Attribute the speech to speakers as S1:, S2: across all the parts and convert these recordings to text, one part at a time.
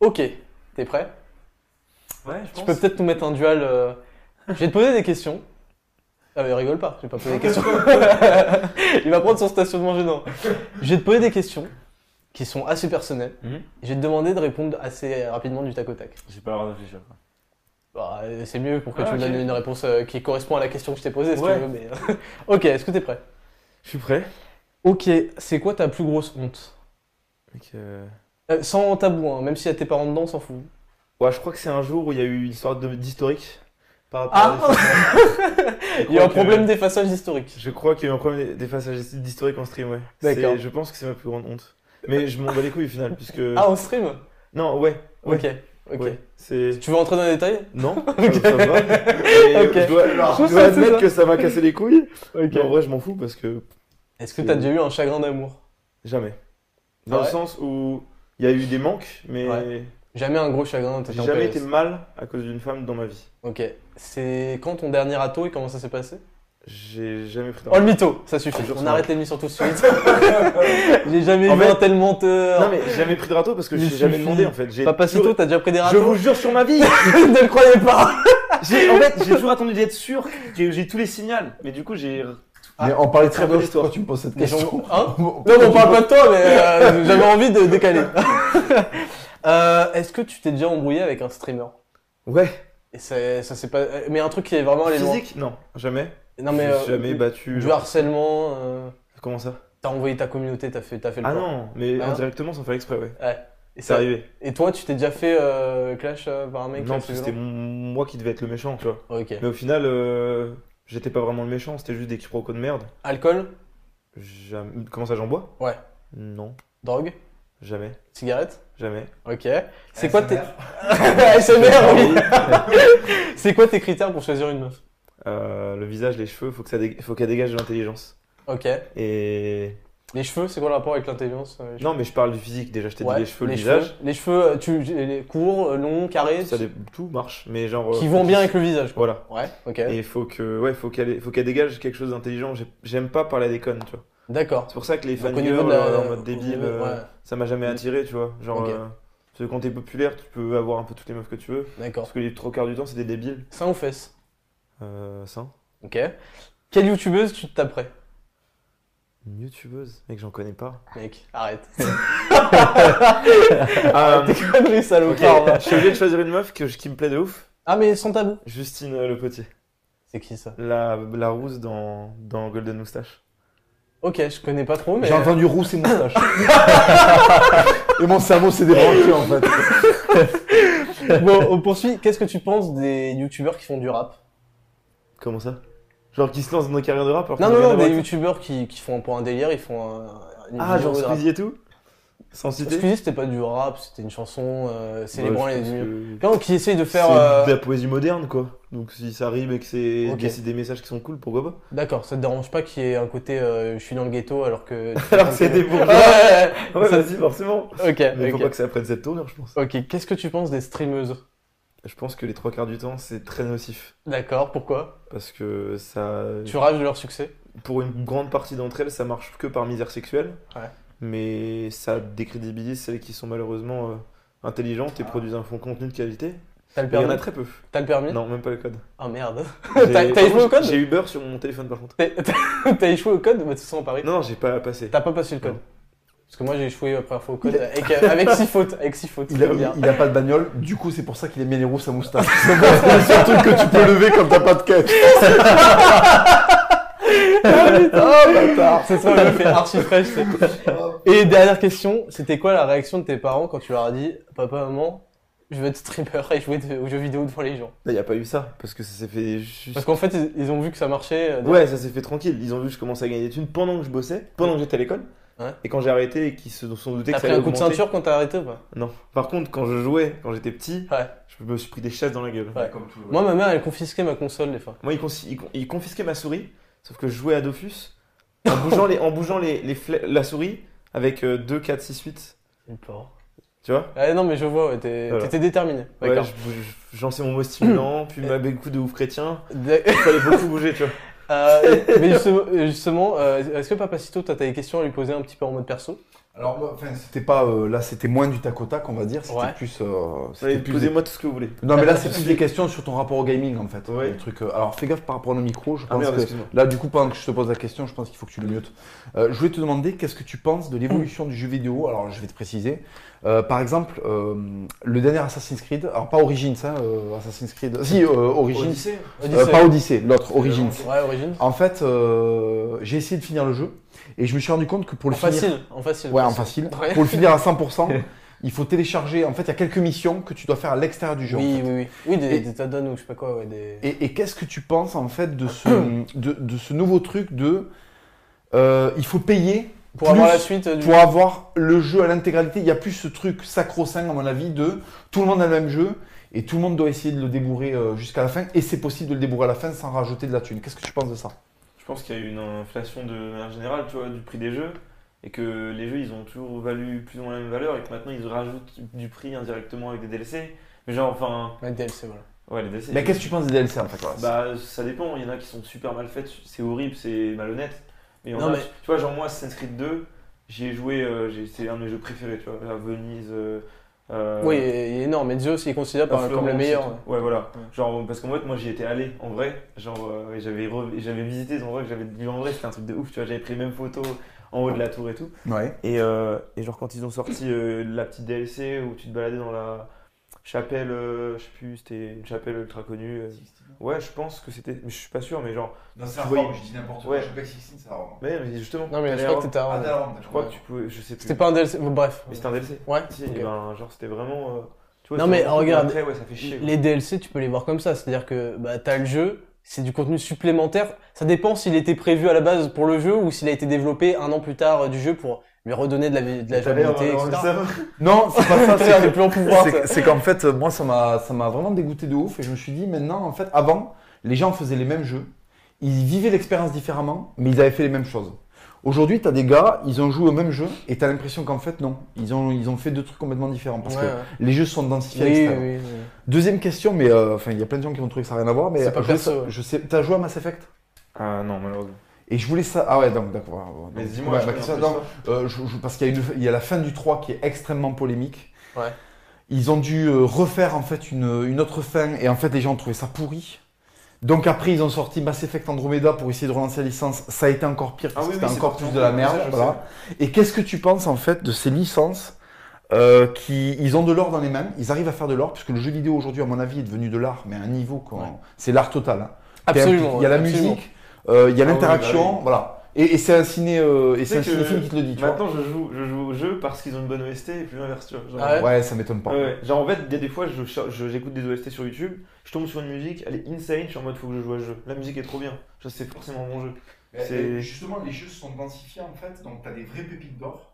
S1: Ok, t'es prêt
S2: Ouais, je
S1: Tu
S2: pense.
S1: peux peut-être nous mettre un duel. euh, Je vais te poser des questions. Ah mais rigole pas, je vais pas poser des questions. Il va prendre son stationnement gênant. Je vais te poser des questions qui sont assez personnelles.
S2: Mhm.
S1: Et je vais te demander de répondre assez rapidement du tac au tac.
S2: J'ai pas l'air réfléchir.
S1: Bah, euh, c'est mieux pour que
S2: Ah,
S1: tu me
S2: ok.
S1: donnes une réponse euh, qui correspond à la question que je t'ai posée, si
S2: Ouais.
S1: tu veux. mais- euh, ok, est-ce que t'es prêt
S2: Je suis prêt.
S1: Ok, c'est quoi ta plus grosse honte
S2: Donc, euh,
S1: Euh, Sans tabou, hein, même si y a tes parents dedans, on s'en fout.
S2: Ouais, je crois que c'est un jour où il y a eu une sorte de- d'historique par rapport
S1: Ah
S2: à. Je
S1: Il y a un
S2: crois que-
S1: problème d'effaçage historique.
S2: euh, Je crois qu'il y a eu un problème des passages d'historique en stream, ouais.
S1: D'accord.
S2: C'est- Je pense que c'est ma plus grande honte. Mais je m'en bats les couilles au final, puisque.
S1: Ah, on stream
S2: Non, ouais. ouais,
S1: Ok, ok.
S2: ouais. C'est.
S1: Tu veux entrer dans les détails
S2: Non, ça va. Mais
S1: Ok.
S2: Je dois,
S1: Je
S2: je
S1: sais,
S2: dois
S1: c'est
S2: admettre
S1: ça.
S2: que ça m'a cassé les couilles.
S1: Ok.
S2: Mais en vrai, je m'en fous parce que
S1: Est-ce que t'as déjà eu un chagrin d'amour
S2: jamais. Dans
S1: Ouais.
S2: le sens où il y a eu des manques, mais
S1: Ouais. Jamais un gros chagrin, t'étais
S2: j'ai
S1: en
S2: jamais
S1: PLS.
S2: été mal à cause d'une femme dans ma vie.
S1: Ok. C'est quand ton dernier râteau et comment ça s'est passé
S2: J'ai jamais pris de
S1: Oh le mytho, ça suffit.
S2: Je jure,
S1: On
S2: ça
S1: arrête l'émission tout de suite. J'ai jamais
S2: En
S1: vu
S2: fait-
S1: un tel menteur.
S2: Non mais j'ai jamais pris de râteau parce que
S1: Il
S2: je l'ai jamais
S1: suffit.
S2: demandé en fait. J'ai
S1: Papa Cito,
S2: toujours-
S1: t'as déjà pris des
S2: Je vous
S1: râteaux
S2: jure sur ma vie.
S1: Ne le croyez pas
S2: J'ai- en fait, j'ai toujours attendu d'être sûr. J'ai j'ai tous les signaux. Mais du coup, j'ai. Ah,
S3: Mais on parlait très
S2: très bonne
S3: bien
S2: histoire.
S3: quand tu me poses cette
S1: Les gens-
S3: question.
S1: Hein Non, mais on parle pas de toi, mais euh, j'avais envie de décaler. Euh, Est-ce que tu t'es déjà embrouillé avec un streamer
S2: Ouais.
S1: Et c'est- ça c'est pas. Mais un truc qui Oh, est vraiment allé loin.
S2: Physique Non, jamais.
S1: Non mais.
S2: Je me
S1: euh,
S2: suis jamais battu.
S1: Du
S2: genre.
S1: harcèlement. euh,
S2: Comment ça
S1: T'as envoyé ta communauté, t'as fait, t'as fait le
S2: Ah
S1: plan.
S2: non, mais
S1: Ah.
S2: indirectement sans faire exprès, ouais.
S1: Et,
S2: C'est
S1: ça-
S2: arrivé.
S1: et toi, tu t'es déjà fait euh, clash euh, par un mec
S2: non,
S1: euh,
S2: parce que c'était
S1: violent
S2: mon- moi qui devais être le méchant, tu vois.
S1: Ok.
S2: Mais au final, euh, j'étais pas vraiment le méchant, c'était juste des quiproquos de merde.
S1: Alcool,
S2: Jamais- Comment ça, j'en bois
S1: Ouais.
S2: Non,
S1: drogue,
S2: jamais,
S1: cigarette.
S2: jamais.
S1: Ok. C'est quoi tes
S2: Ah
S1: ASMR, oui. C'est quoi tes critères pour choisir une meuf
S2: Euh, le visage, les cheveux, faut que ça dég- faut qu'elle dégage de l'intelligence.
S1: Ok.
S2: Et
S1: Les cheveux, c'est quoi le rapport avec l'intelligence euh, les
S2: non, mais je parle du physique déjà. Je t'ai
S1: cheveux Ouais,
S2: dit les cheveux, le visage.
S1: Les cheveux, euh, tu les courts, euh, longs, carrés,
S2: Ça, dé- tout marche, mais genre.
S1: qui
S2: euh,
S1: vont
S2: faut
S1: bien
S2: qu'il-
S1: avec le visage. quoi.
S2: Voilà.
S1: Ouais. Ok.
S2: Et faut que, ouais, faut qu'elle, faut qu'elle dégage quelque chose d'intelligent. J'ai- J'aime pas parler à des connes, tu vois.
S1: D'accord.
S2: C'est pour ça que les
S1: Donc,
S2: fans
S1: Bah, au niveau de la-
S2: en
S1: au
S2: mode débile,
S1: niveau-
S2: euh,
S1: ouais.
S2: ça m'a jamais attiré, tu vois. Genre,
S1: Ok.
S2: euh, parce que quand t'es populaire, tu peux avoir un peu toutes les meufs que tu veux.
S1: D'accord.
S2: Parce que les trois quarts du temps, c'est des débiles.
S1: Seins ou fesses
S2: Euh, ça.
S1: Ok. Quelle youtubeuse tu te taperais
S2: Une youtubeuse Mec, j'en connais pas.
S1: Mec, arrête.
S2: Ah,
S1: T'es connerie,
S2: ok.
S1: salopard. va.
S2: Je suis obligé de choisir une meuf que je- qui me plaît de ouf.
S1: Ah, mais sans tabou.
S2: Justine euh, Le Potier.
S1: C'est qui ça
S2: La, la rousse dans, dans Golden Moustache.
S1: Ok, je connais pas trop, mais.
S3: J'ai entendu rousse et moustache. et mon cerveau s'est débranché en fait.
S1: bon, on poursuit. Qu'est-ce que tu penses des youtubeurs qui font du rap
S2: Comment ça Genre qui se lance dans des carrières de rap alors
S1: Non,
S2: qu'ils
S1: non,
S2: ont rien
S1: non,
S2: à voir
S1: des
S2: avec
S1: youtubeurs qui, qui font pour un délire, ils font un. une
S2: ça. Ah,
S1: vidéo
S2: genre
S1: de rap.
S2: Squeezie et tout Sans citer
S1: Squeezie, c'était pas du rap, c'était une chanson euh, célébrant
S2: Bah, je
S1: les
S2: pense
S1: mieux.
S2: que
S1: Quand qui essaye de
S2: C'est
S1: faire. euh,
S2: de la poésie moderne quoi. Donc si ça rime et que c'est
S1: Ok.
S2: que c'est des messages qui sont cool, pourquoi pas
S1: D'accord, ça te dérange pas qu'il y ait un côté euh, je suis dans le ghetto alors que.
S2: Alors Ah, c'est des
S1: Ouais,
S2: bourgeois.
S1: ouais,
S2: Ouais,
S1: Ça-
S2: vas-y, forcément.
S1: ouais. Ok,
S2: Mais faut
S1: ok.
S2: pas que ça prenne cette tournure, je pense.
S1: Ok, qu'est-ce que tu penses des streameuses
S2: Je pense que les trois quarts du temps, c'est très nocif.
S1: D'accord, pourquoi
S2: Parce que ça.
S1: Tu raves de leur succès
S2: Pour une grande partie d'entre elles, ça marche que par misère sexuelle.
S1: Ouais.
S2: Mais ça décrédibilise celles qui sont malheureusement euh, intelligentes et produisent un fond contenu de qualité.
S1: Ah. T'as le
S2: Mais il y en
S1: permis
S2: a très peu.
S1: T'as le permis
S2: Non, même pas le code.
S1: Ah merde.
S2: J'ai-
S1: T'as- t'as échoué au code
S2: J'ai Uber sur mon téléphone par contre.
S1: T'es- T'as échoué au code Bah, de toute façon, à Paris.
S2: Non, non, j'ai pas passé.
S1: T'as pas passé le code. Parce que moi, j'ai échoué la première fois au code avec, euh, avec six fautes. Avec six fautes.
S3: Il a,
S1: faut le dire.
S3: il a pas de bagnole, du coup c'est pour ça qu'il aime bien les rousses à moustache. C'est bon, c'est le seul truc que tu peux lever comme t'as pas de cash.
S1: Oh, Ça serait fait archi fraîche. c'est- Et dernière question, c'était quoi la réaction de tes parents quand tu leur as dit Papa, maman, je veux être streamer et jouer de- aux jeux vidéo devant les gens
S2: Il n'y a pas eu ça, parce que ça s'est fait juste...
S1: Parce qu'en fait, ils, ils ont vu que ça marchait. euh,
S2: Ouais, ça s'est fait tranquille. Ils ont vu que je commençais à gagner des thunes pendant que je bossais, pendant que j'étais à l'école.
S1: Ouais.
S2: Et quand j'ai arrêté et qu'ils se sont doutés
S1: T'as
S2: que ça
S1: pris
S2: allait
S1: un coup de
S2: augmenter-
S1: ceinture quand t'as arrêté ou pas
S2: Non. Par contre, quand je jouais, quand j'étais petit,
S1: Ouais.
S2: je me suis pris des chaises dans la gueule.
S1: Ouais.
S3: Comme tout, ouais.
S1: Moi, ma mère, elle confisquait ma console des fois.
S2: Moi, ils, consi- ils con- ils confisquaient ma souris, sauf que je jouais à Dofus en bougeant, les, en bougeant les, les fla- la souris avec euh, 2, 4, 6, 8.
S1: Le pauvre.
S2: Tu vois
S1: Ah non, mais je vois, ouais, t'es-
S2: Voilà.
S1: t'étais déterminé.
S2: Ouais,
S1: D'accord.
S2: je bouge- je lançais mon mot stimulant, puis ma beaucoup de ouf chrétien.
S1: D'ac-
S2: Il fallait beaucoup bouger, tu vois.
S1: Euh, mais justement, euh, justement, euh, est-ce que Papacito, t'as t'as des questions à lui poser un petit peu en mode perso
S3: Alors, moi, enfin, c'était pas. euh, là, c'était moins du tac au tac, on va dire. C'était
S1: Ouais.
S3: plus. euh, c'était
S2: Allez,
S3: plus
S2: Posez-moi tout ce que vous voulez.
S3: Non, mais là, c'est plus des questions sur ton rapport au gaming, en fait.
S2: Ouais.
S3: Des trucs, euh, alors, fais gaffe par rapport au micro. Je
S2: Ah
S3: pense
S2: merde,
S3: que...
S2: excuse-moi.
S3: Là, du coup, pendant que je te pose la question, je pense qu'il faut que tu le mutes. Euh, je voulais te demander, qu'est-ce que tu penses de l'évolution du jeu vidéo Alors, je vais te préciser. Euh, par exemple, euh, le dernier Assassin's Creed, alors pas Origins, hein, euh, Assassin's Creed. Si, euh, Origins.
S2: Odyssey
S3: Euh,
S1: Odyssey.
S3: pas Odyssey, l'autre, Origins.
S1: Ouais, Origins.
S3: En fait, euh, j'ai essayé de finir le jeu et je me suis rendu compte que pour
S1: En
S3: le finir.
S1: facile, en facile.
S3: Ouais, en facile.
S1: Ouais.
S3: Pour le finir à 100%, il faut télécharger. En fait, il y a quelques missions que tu dois faire à l'extérieur du jeu. en fait.
S1: Oui, oui, oui. Oui, des,
S3: Et-
S1: des add-ons ou je sais pas quoi, ouais, des...
S3: Et, et qu'est-ce que tu penses en fait de ce, de, de ce nouveau truc de euh, il faut payer
S1: Pour
S3: plus
S1: avoir la suite euh, du...
S3: pour avoir le jeu à l'intégralité Il n'y a plus ce truc sacro-saint à mon avis de tout le monde a le même jeu et tout le monde doit essayer de le débourrer euh, jusqu'à la fin et c'est possible de le débourrer à la fin sans rajouter de la thune. Qu'est-ce que tu penses de ça
S2: Je pense qu'il y a eu une inflation de manière générale, tu vois, du prix des jeux, et que les jeux, ils ont toujours valu plus ou moins la même valeur, et que maintenant, ils rajoutent du prix indirectement avec des DLC. Mais genre, enfin,
S1: Ouais, DLC, voilà.
S2: ouais, les DLC.
S3: Mais qu'est-ce que tu penses des DLC en fait voilà,
S2: Bah, ça dépend. Il y en a qui sont super mal faites, c'est horrible, c'est malhonnête. Mais il y en
S1: Non,
S2: a-
S1: mais-
S2: tu vois, genre moi, Assassin's Creed 2, j'y ai joué, euh, j'ai- c'est un de mes jeux préférés, tu vois, à Venise. euh, euh,
S1: Oui, et- et énorme. Et Zeus, il est considéré
S2: à
S1: par- comme
S2: Florence
S1: le
S2: et
S1: meilleur.
S2: tout. Ouais, voilà.
S1: Ouais.
S2: Genre, parce qu'en fait, moi, j'y étais allé en vrai. Genre, euh, et j'avais re- et j'avais visité des endroits que j'avais vu en vrai, c'était un truc de ouf, tu vois. J'avais pris les mêmes photos en haut de la tour et tout.
S3: Ouais.
S2: Et, euh, et genre, quand ils ont sorti euh, la petite DLC où tu te baladais dans la chapelle, euh, je sais plus, c'était une chapelle ultra connue. euh. Ouais, je pense que c'était, mais je suis pas sûr, mais genre.
S4: Non, c'est
S2: Tu
S4: un
S2: voyais-
S4: Rome, je dis n'importe
S2: Ouais.
S4: quoi. Je sais pas que 16, c'est un Rome.
S2: Ouais, mais justement,
S1: Non, mais je
S2: t'allais
S1: crois
S2: à-
S1: que t'étais à
S4: Ah,
S1: Rome.
S4: t'as la Rome,
S2: je crois que tu pouvais, je sais plus.
S1: C'était pas un DLC, bon, bref.
S2: Mais c'était un DLC.
S1: Ouais,
S2: Si,
S1: ok.
S2: et ben, genre, c'était vraiment. euh, tu
S1: Non,
S2: c'est
S1: mais
S2: un truc,
S1: regarde,
S2: Après, ouais, ça fait chier. quoi.
S1: Les DLC, tu peux les voir comme ça. C'est-à-dire que bah, t'as le jeu, c'est du contenu supplémentaire. Ça dépend s'il était prévu à la base pour le jeu ou s'il a été développé un an plus tard euh, du jeu pour lui redonner de la, vi- de la
S2: T'as l'air
S1: jouabilité,
S2: d'avoir
S1: etc.
S2: le seum.
S3: Non, c'est pas
S1: T'as l'air
S3: ça.
S1: de
S3: c'est que-
S1: plus en pouvoir,
S3: c'est-
S1: ça.
S3: C'est qu'en fait, euh, moi, ça m'a, ça m'a vraiment dégoûté de ouf. Et je me suis dit, maintenant, en fait, avant, les gens faisaient les mêmes jeux. Ils vivaient l'expérience différemment, mais ils avaient fait les mêmes choses. Aujourd'hui, t'as des gars, ils ont joué au même jeu, et t'as l'impression qu'en fait, non. Ils ont, ils ont fait deux trucs complètement différents. Parce
S1: Ouais,
S3: que
S1: ouais.
S3: les jeux sont densifiés à
S1: Oui,
S3: l'extérieur.
S1: oui, oui.
S3: Deuxième question, mais euh, enfin, il y a plein de gens qui vont trouver que ça n'a rien à voir. Mais euh,
S1: C'est pas
S3: je,
S1: perso, ouais.
S3: je sais, t'as joué à Mass Effect
S2: Ah non, malheureusement.
S3: et je voulais ça. Ah ouais, donc d'accord. voilà, voilà.
S2: Mais
S3: bah, Donc,
S2: dis-moi,
S3: ouais,
S2: je
S3: ma
S2: connais
S3: question-
S2: un peu
S3: non,
S2: l'histoire.
S3: euh, je- je- parce qu'il y, a une- il y a la fin du 3 qui est extrêmement polémique.
S1: Ouais.
S3: Ils ont dû euh, refaire en fait une, une autre fin et en fait les gens ont trouvé ça pourri. Donc après ils ont sorti Mass Effect Andromeda pour essayer de relancer la licence. Ça a été encore pire,
S2: Ah
S3: parce
S2: oui,
S3: que
S2: oui,
S3: c'était
S2: c'est
S3: encore
S2: parti
S3: plus
S2: en
S3: de la
S2: couille,
S3: merde.
S2: ça, je
S3: voilà. Et qu'est-ce que tu penses en fait de ces licences euh, qui ils ont de l'or dans les mains, ils arrivent à faire de l'or puisque le jeu vidéo aujourd'hui à mon avis est devenu de l'art, mais à un niveau quoi.
S1: Ouais.
S3: C'est l'art total. hein. T'es
S1: Absolument.
S3: impliqué. Il y a la
S1: absolument.
S3: musique, euh, il y a
S2: Ah oui,
S3: l'interaction,
S2: bah
S3: voilà. Et, et c'est un ciné, euh, et
S2: Tu
S3: c'est
S2: sais
S3: un
S2: que
S3: cinéphile qui te le dit, tu vois.
S2: Maintenant, je joue, je joue au jeu parce qu'ils ont une bonne OST et plus l'inverse, tu vois. Genre,
S1: Ah
S2: euh,
S1: ouais
S3: Ouais, ça m'étonne pas.
S2: Ouais, ouais. Genre, en fait, il y a des fois, je cher- je- j'écoute des OST sur YouTube, je tombe sur une musique, elle est insane, je suis en mode faut que je joue à ce jeu. La musique est trop bien, je sais forcément mon jeu.
S4: Mais,
S2: C'est-
S4: euh, Justement, les jeux sont densifiés en fait, donc t'as des vraies pépites d'or.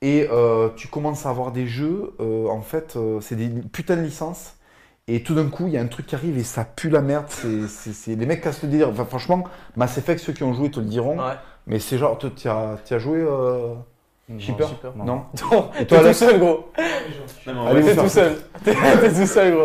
S3: Et euh, tu commences à avoir des jeux, euh, en fait, euh, c'est des putains de licences. Et tout d'un coup, il y a un truc qui arrive et ça pue la merde. C'est, c'est, c'est- Les mecs cassent le délire. Enfin, franchement, Mass Effect, ceux qui ont joué te le diront.
S1: Ouais.
S3: Mais c'est genre, toi, tu as, t'y as joué euh... Shipper
S1: Shipper.
S3: Non.
S1: Non,
S3: Et toi,
S1: T'es tout
S3: Alex
S1: seul, gros.
S2: Non, mais en
S3: Allez,
S1: T'es
S2: vrai,
S3: faire
S1: Ah, tout
S3: ça.
S1: seul. T'es t'es tout seul, gros.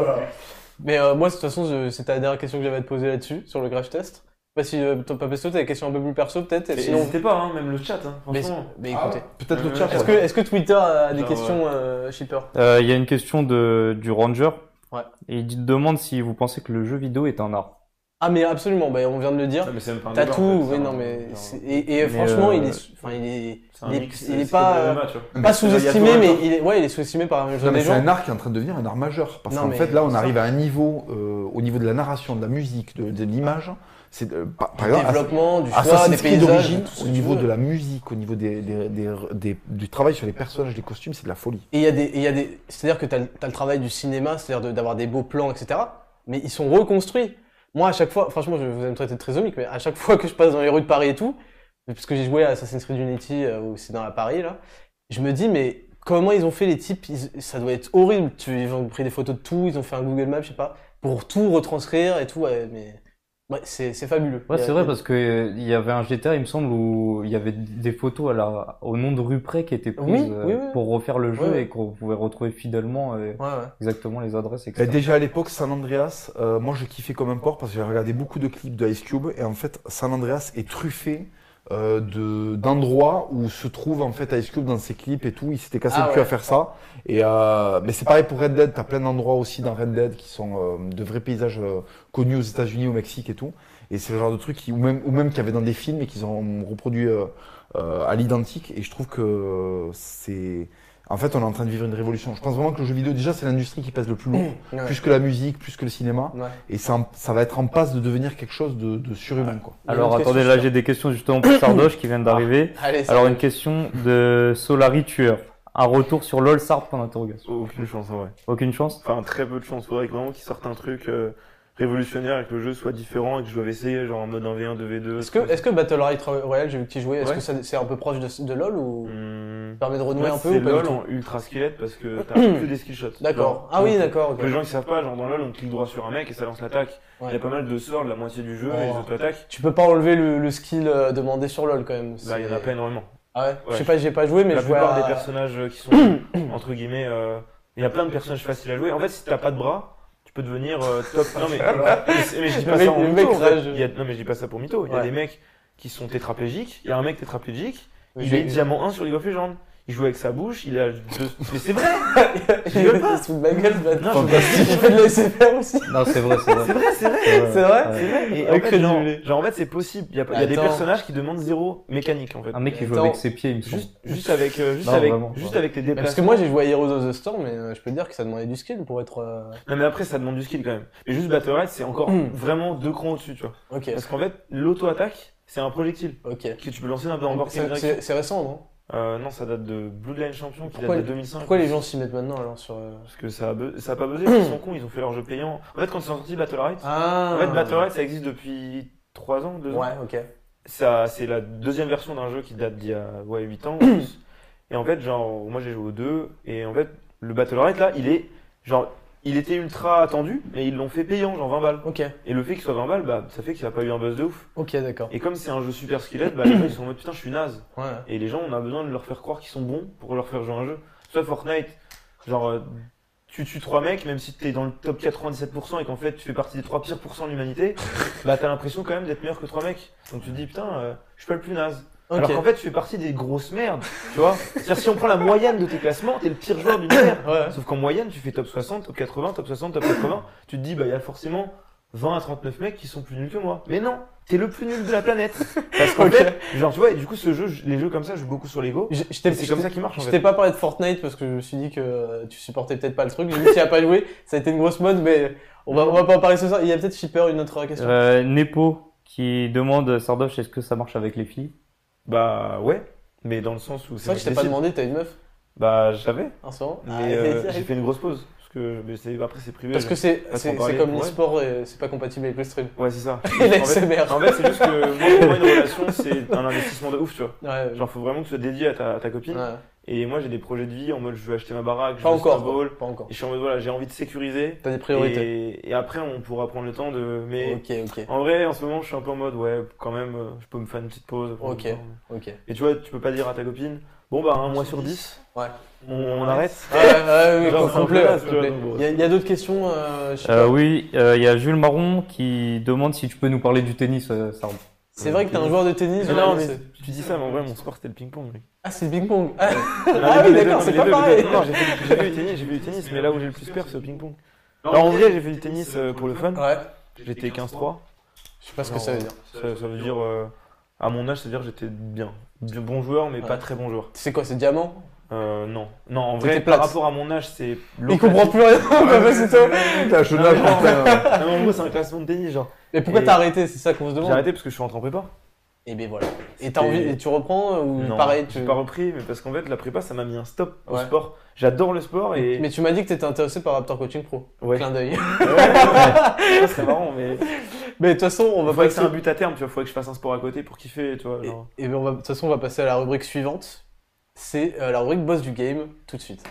S1: Mais euh, moi, de toute façon, je- c'était la dernière question que j'avais à te poser là-dessus, sur le crash test. Je sais pas si euh, toi, Papesto, t'as des questions un peu plus perso, peut-être. et
S2: mais
S1: Sinon,
S2: N'hésitez pas, hein, même le chat, hein,
S1: mais,
S2: franchement.
S1: mais écoutez.
S3: Peut-être le
S2: Euh,
S3: chat.
S1: Est-ce
S3: ouais.
S1: que, est-ce que Twitter a des
S2: Genre,
S1: questions, euh, Shipper
S5: Euh, Il y a une question de, du ranger.
S1: Ouais.
S5: Et il te demande si vous pensez que le jeu vidéo est un art.
S1: Ah, mais absolument, bah, on vient de le dire.
S2: Ah, mais c'est même pas un
S1: T'as
S2: débat, en
S1: tout,
S2: fait, c'est
S1: oui,
S2: un-
S1: non, mais.
S2: genre,
S1: c'est- Et, et
S5: Mais,
S1: franchement,
S5: euh,
S1: il est. Enfin, il est.
S2: c'est un
S1: il est-
S2: mix,
S1: il est
S2: c'est
S1: pas,
S2: comme le
S1: euh,
S2: MMA, tu vois.
S3: Mais
S1: Pas
S3: c'est-
S1: sous-estimé,
S2: il y a
S1: mais
S2: toi,
S1: il est, ouais, il est sous-estimé par la
S3: Non,
S1: majorité
S3: mais
S1: des
S3: c'est
S1: gens.
S3: un art qui est en train de devenir un art majeur. Parce
S1: Non,
S3: qu'en
S1: mais-
S3: fait, là, on arrive à un niveau, euh, au niveau de la narration, de la musique, de, de l'image. C'est, euh, par, par
S1: Du
S3: exemple,
S1: développement, du choix, des
S3: Assassin's Creed
S1: paysages.
S3: d'origine,
S1: tout ce
S3: au
S1: que tu
S3: niveau
S1: veux.
S3: de la musique, au niveau des, des- des- des- du travail sur les personnages, les costumes, c'est de la folie.
S1: Et il y a des, et il y a des, c'est-à-dire que t'as, le- t'as le travail du cinéma, c'est-à-dire de- d'avoir des beaux plans, etc. Mais ils sont reconstruits. Moi, à chaque fois, franchement, je vous allez me traiter de trisomique, mais à chaque fois que je passe dans les rues de Paris et tout, parce que j'ai joué à Assassin's Creed Unity, euh, où c'est dans la Paris, là, je me dis, mais comment ils ont fait les types Ils- Ça doit être horrible. Tu- Ils ont pris des photos de tout, ils ont fait un Google Maps, je sais pas, pour tout retranscrire et tout. ouais, mais ouais, c'est, c'est fabuleux. Il
S5: Ouais,
S1: y a-
S5: c'est vrai parce que euh, il y avait un GTA, il me semble, où il y avait des photos à la, au nom de rue près qui étaient prises
S1: Oui,
S5: euh,
S1: oui, oui.
S5: pour refaire le jeu
S1: Ouais, ouais.
S5: et qu'on pouvait retrouver fidèlement euh,
S1: Ouais, ouais.
S5: exactement les adresses,
S3: Euh,
S5: etc.
S3: déjà à l'époque, San Andreas, euh, moi je kiffais comme un porc parce que j'ai regardé beaucoup de clips de Ice Cube et en fait, San Andreas est truffé euh, de- d'endroits où se trouve en fait Ice Cube dans ses clips et tout. Il s'était cassé
S1: Ah
S3: le cul à
S1: ouais.
S3: faire ça. Et euh, mais c'est pareil pour Red Dead. T'as plein d'endroits aussi dans Red Dead qui sont euh, de vrais paysages euh, connus aux États-Unis, au Mexique et tout. Et c'est le genre de truc qui, ou même, ou même qu'il y avait dans des films et qu'ils ont reproduit euh, euh, à l'identique. Et je trouve que euh, c'est en fait, on est en train de vivre une révolution. Je pense vraiment que le jeu vidéo, déjà, c'est l'industrie qui pèse le plus lourd,
S1: Ouais.
S3: plus que la musique, plus que le cinéma.
S1: Ouais.
S3: Et ça, en- ça va être en passe de devenir quelque chose de, de surhumain, quoi.
S5: Alors
S1: Une autre
S5: attendez,
S1: question, Ah,
S5: là j'ai des questions justement pour Sardoche qui vient d'arriver.
S1: Allez, ça
S5: Alors
S1: va.
S5: une question de Solari Tueur. Un retour sur LOL Sarp en interrogation.
S2: Aucune chance en vrai.
S5: Aucune chance
S2: Enfin, très peu de chance. Faudrait que vraiment qu'ils sortent un truc euh, révolutionnaire et que le jeu soit différent et que je doive essayer, genre en mode 1v1, 2v2.
S1: Est-ce que, est que Battle Royale, j'ai vu que tu jouais, est-ce
S2: Ouais.
S1: que ça- c'est un peu proche de, de LoL ou
S2: Hmm.
S1: ça permet de renouer
S2: Moi,
S1: un peu
S2: c'est
S1: ou pas du
S2: LOL
S1: tout
S2: en ultra squelette parce que t'as que des skill shots.
S1: D'accord.
S2: Genre,
S1: Ah oui,
S2: donc,
S1: d'accord. ok.
S2: Pour les gens qui savent pas, genre dans LOL, on clique droit sur un mec et ça lance l'attaque. Il
S1: Ouais.
S2: y a pas mal de sorts, la moitié du jeu,
S1: Oh.
S2: et les autres attaques,
S1: Tu peux pas enlever le, le skill euh, demandé sur LoL quand même.
S2: bah, il y en a
S1: c'est-
S2: pas énormément.
S1: Ah ouais, Je sais
S2: Ouais.
S1: pas, j'ai pas joué, mais
S2: la
S1: je vois.
S2: plupart des personnages euh, qui sont entre guillemets, euh, il y a plein de personnages faciles à jouer. En fait, si t'as pas de bras, tu peux devenir euh, top. Non mais, mais, mais je dis
S1: Le
S2: pas
S1: mec-
S2: ça en
S1: le
S2: mytho.
S1: mec
S2: en fait.
S1: rage.
S2: Il y a- non mais je dis pas ça pour mytho. Il y a
S1: Ouais.
S2: des mecs qui sont tétraplégiques. Il y a un mec tétraplégique.
S1: Oui,
S2: il
S1: j'ai-
S2: est diamant 1 sur League of Legends. Il joue avec sa bouche. Il a deux. Mais c'est vrai.
S1: il
S2: rigole pas.
S1: se fout de ma gueule, ce bâtard.
S2: Non, je veux pas
S1: Il fait de la SFR aussi.
S5: Non c'est vrai, c'est vrai.
S2: vrai, c'est vrai.
S5: C'est vrai.
S1: C'est vrai
S5: Ouais.
S2: C'est vrai. Et en
S1: Avec
S2: fait, genre,
S1: Crédulé.
S2: genre, en fait, c'est possible. Il y a, pas- il y a des
S1: Attends.
S2: personnages qui demandent zéro mécanique en fait.
S5: Un mec qui joue
S1: Attends.
S5: avec ses pieds, il me semble.
S2: Juste, juste avec, euh, juste
S5: Non,
S2: avec,
S5: vraiment,
S2: juste
S5: ouais.
S2: avec tes
S1: Mais Parce
S2: déplacements.
S1: que moi j'ai joué à Heroes of the Storm et euh, je peux te dire que ça demandait du skill pour être. euh,
S2: Non mais après ça demande du skill quand même. Mais juste Battle Ride c'est encore
S1: Hmm.
S2: vraiment deux crans au-dessus tu vois.
S1: Ok,
S2: Parce qu'en fait l'auto-attaque c'est un projectile
S1: ok.
S2: que tu peux lancer dans n'importe quelle
S1: C'est-
S2: direction.
S1: C'est c'est récent, non
S2: Euh, non ça date de Bloodline Champion qui
S1: Pourquoi
S2: date de
S1: les-
S2: 2005.
S1: Pourquoi les gens s'y mettent maintenant alors sur. euh,
S2: Parce que ça a, bu- ça a pas buzzé, ils sont cons, ils ont fait leur jeu payant. En fait quand ils sont sortis Battle Ride,
S1: Ah
S2: en fait Battle Ride ça existe depuis 3 ans, 2 ans.
S1: Ouais, ok.
S2: Ça c'est la deuxième version d'un jeu qui date d'il y a ouais, 8 ans. ou plus. et en fait genre moi j'ai joué aux deux et en fait le Battle Ride là il est genre il était ultra attendu mais ils l'ont fait payant genre 20 balles.
S1: Ok,
S2: Et le fait qu'il soit 20 balles, bah, ça fait qu'il a pas eu un buzz de ouf.
S1: ok, d'accord.
S2: Et comme c'est un jeu super squelette, bah, les gens ils sont en mode putain, je suis naze.
S1: Ouais.
S2: Et les gens, on a besoin de leur faire croire qu'ils sont bons pour leur faire jouer à un jeu. Soit Fortnite, genre, euh, tu tues trois mecs, même si t'es dans le top 97% et qu'en fait tu fais partie des trois pires pourcents de l'humanité, bah t'as l'impression quand même d'être meilleur que trois mecs. Donc tu te dis putain, euh, je suis pas le plus naze.
S1: Ok.
S2: Alors qu'en fait, tu fais partie des grosses merdes, tu vois. C'est-à-dire, si on prend la moyenne de tes classements, t'es le pire joueur du univers.
S1: Ouais.
S2: Sauf qu'en moyenne, tu fais top 60, top 80, top 60, top 80. Tu te dis, bah, il y a forcément 20 à 39 mecs qui sont plus nuls que moi. Mais non, t'es le plus nul de la planète. Parce qu'en
S1: Ok.
S2: fait, genre, tu vois, et du coup, ce jeu, je- les jeux comme ça, je joue beaucoup sur l'ego.
S1: Je- je
S2: Et
S1: t'ai-
S2: C'est
S1: je
S2: comme
S1: t'ai-
S2: ça qui marche, en
S1: Je t'ai
S2: fait.
S1: pas parlé de Fortnite parce que je me suis dit que euh, tu supportais peut-être pas le truc. J'ai vu que t'y as pas joué. Ça a été une grosse mode, mais on va, on va pas en parler ce soir. Il y a peut-être Shipper une autre question.
S5: Euh, Nepo qui demande euh, Sardoche est-ce que ça marche avec les filles
S2: Bah, ouais. Mais dans le sens où
S1: c'est vrai que je t'ai
S2: moi
S1: pas Ah,
S2: qui
S1: demandé,
S2: décide.
S1: t'as une meuf
S2: Bah, j'avais.
S1: en ce moment
S2: Mais euh, j'ai fait une grosse pause. Parce que, mais c'est- après, c'est privé.
S1: Parce que
S2: je-
S1: c'est
S2: Parce
S1: c'est-
S2: qu'on
S1: c'est
S2: parlait-
S1: comme
S2: ouais.
S1: l'e-sport et c'est pas compatible avec le stream.
S2: Ouais, c'est ça.
S1: Et
S2: en fait,
S1: l'ASMR.
S2: en fait, c'est juste que moi, pour moi, une relation, c'est un investissement de ouf, tu vois.
S1: Ouais,
S2: Genre, faut vraiment que tu sois dédié à ta, à ta copine.
S1: ouais.
S2: Et moi, j'ai des projets de vie en mode, je veux acheter ma baraque, je
S1: Pas
S2: veux
S1: encore.
S2: snowball.
S1: quoi. Pas encore.
S2: Et je suis en mode, voilà, j'ai envie de sécuriser.
S1: T'as des priorités.
S2: Et, et après, on pourra prendre le temps de. Mais
S1: Ok, ok,
S2: en vrai, en ce moment, je suis un peu en mode, ouais, quand même, euh, je peux me faire une petite pause. prendre
S1: Ok.
S2: le temps.
S1: ok.
S2: Et tu vois, tu peux pas dire à ta copine, bon, bah, un mois sur dix,
S1: Ouais.
S2: on, on arrête.
S1: Ouais, ouais, ouais,
S2: Genre,
S1: s'il
S2: c'est
S1: vous
S2: un peu
S1: plaît, s'il
S2: là, tu
S1: vous
S2: vois,
S1: plaît.
S2: donc bon.
S1: Il y a- il y a d'autres questions, euh, Shipper
S5: Euh, Oui, euh, il y a Jules Marron qui demande si tu peux nous parler du tennis, euh, Sardoche.
S1: C'est vrai que t'es un joueur de tennis.
S2: Mais
S1: ouais,
S2: non, mais
S1: c'est-
S2: tu dis ça, mais en vrai, mon sport, c'était le ping-pong. mec.
S1: Ah, c'est le ping-pong. Ah,
S2: Non,
S1: Ah
S2: les
S1: oui,
S2: deux, les
S1: d'accord,
S2: deux,
S1: c'est
S2: les
S1: pas
S2: deux, les
S1: pareil.
S2: deux. Non, j'ai fait, j'ai fait du tennis, j'ai fait du tennis, mais là où j'ai le plus peur, c'est au ping-pong. Alors, en vrai, j'ai fait du tennis euh, pour le fun.
S1: Ouais.
S2: J'étais 15-3.
S1: Je sais pas ce que ça veut dire.
S2: Ça, ça veut dire, euh, à mon âge, ça veut dire que j'étais bien. Bien- Bon joueur, mais
S1: Ouais.
S2: pas très bon joueur.
S1: C'est quoi, c'est diamant
S2: Euh, non. Non, en
S1: T'étais
S2: vrai,
S1: plate.
S2: par rapport à mon âge, c'est.
S1: Il comprend plus rien, papa, c'est toi.
S3: Bah, Putain, je
S2: Non,
S3: nage,
S2: mais non.
S3: putain.
S2: Non, mais en gros, c'est un classement de tennis, genre.
S1: Mais pourquoi
S2: Et-
S1: t'as arrêté C'est ça qu'on se
S2: J'ai
S1: demande.
S2: arrêté parce que je suis rentré en prépa.
S1: Et ben voilà. Et t'as envie
S2: C'était-
S1: et tu reprends euh, ou
S2: Non,
S1: pareil tu...
S2: J'ai pas repris, mais parce qu'en fait, la prépa, ça m'a mis un stop au
S1: Ouais.
S2: sport. J'adore le sport et.
S1: Mais tu m'as dit que t'étais intéressé par Raptor Coaching Pro.
S2: Ouais.
S1: Clin d'œil.
S2: Ouais, ouais, ouais. Ouais, c'est marrant, mais.
S1: Mais de toute façon, on va
S2: Faut pas que c'est
S1: passer.
S2: un but à terme, tu vois. Faut que je fasse un sport à côté pour kiffer, tu vois.
S1: Et,
S2: genre.
S1: et ben on va de toute façon, on va passer à la rubrique suivante. C'est euh, la rubrique boss du game tout de suite.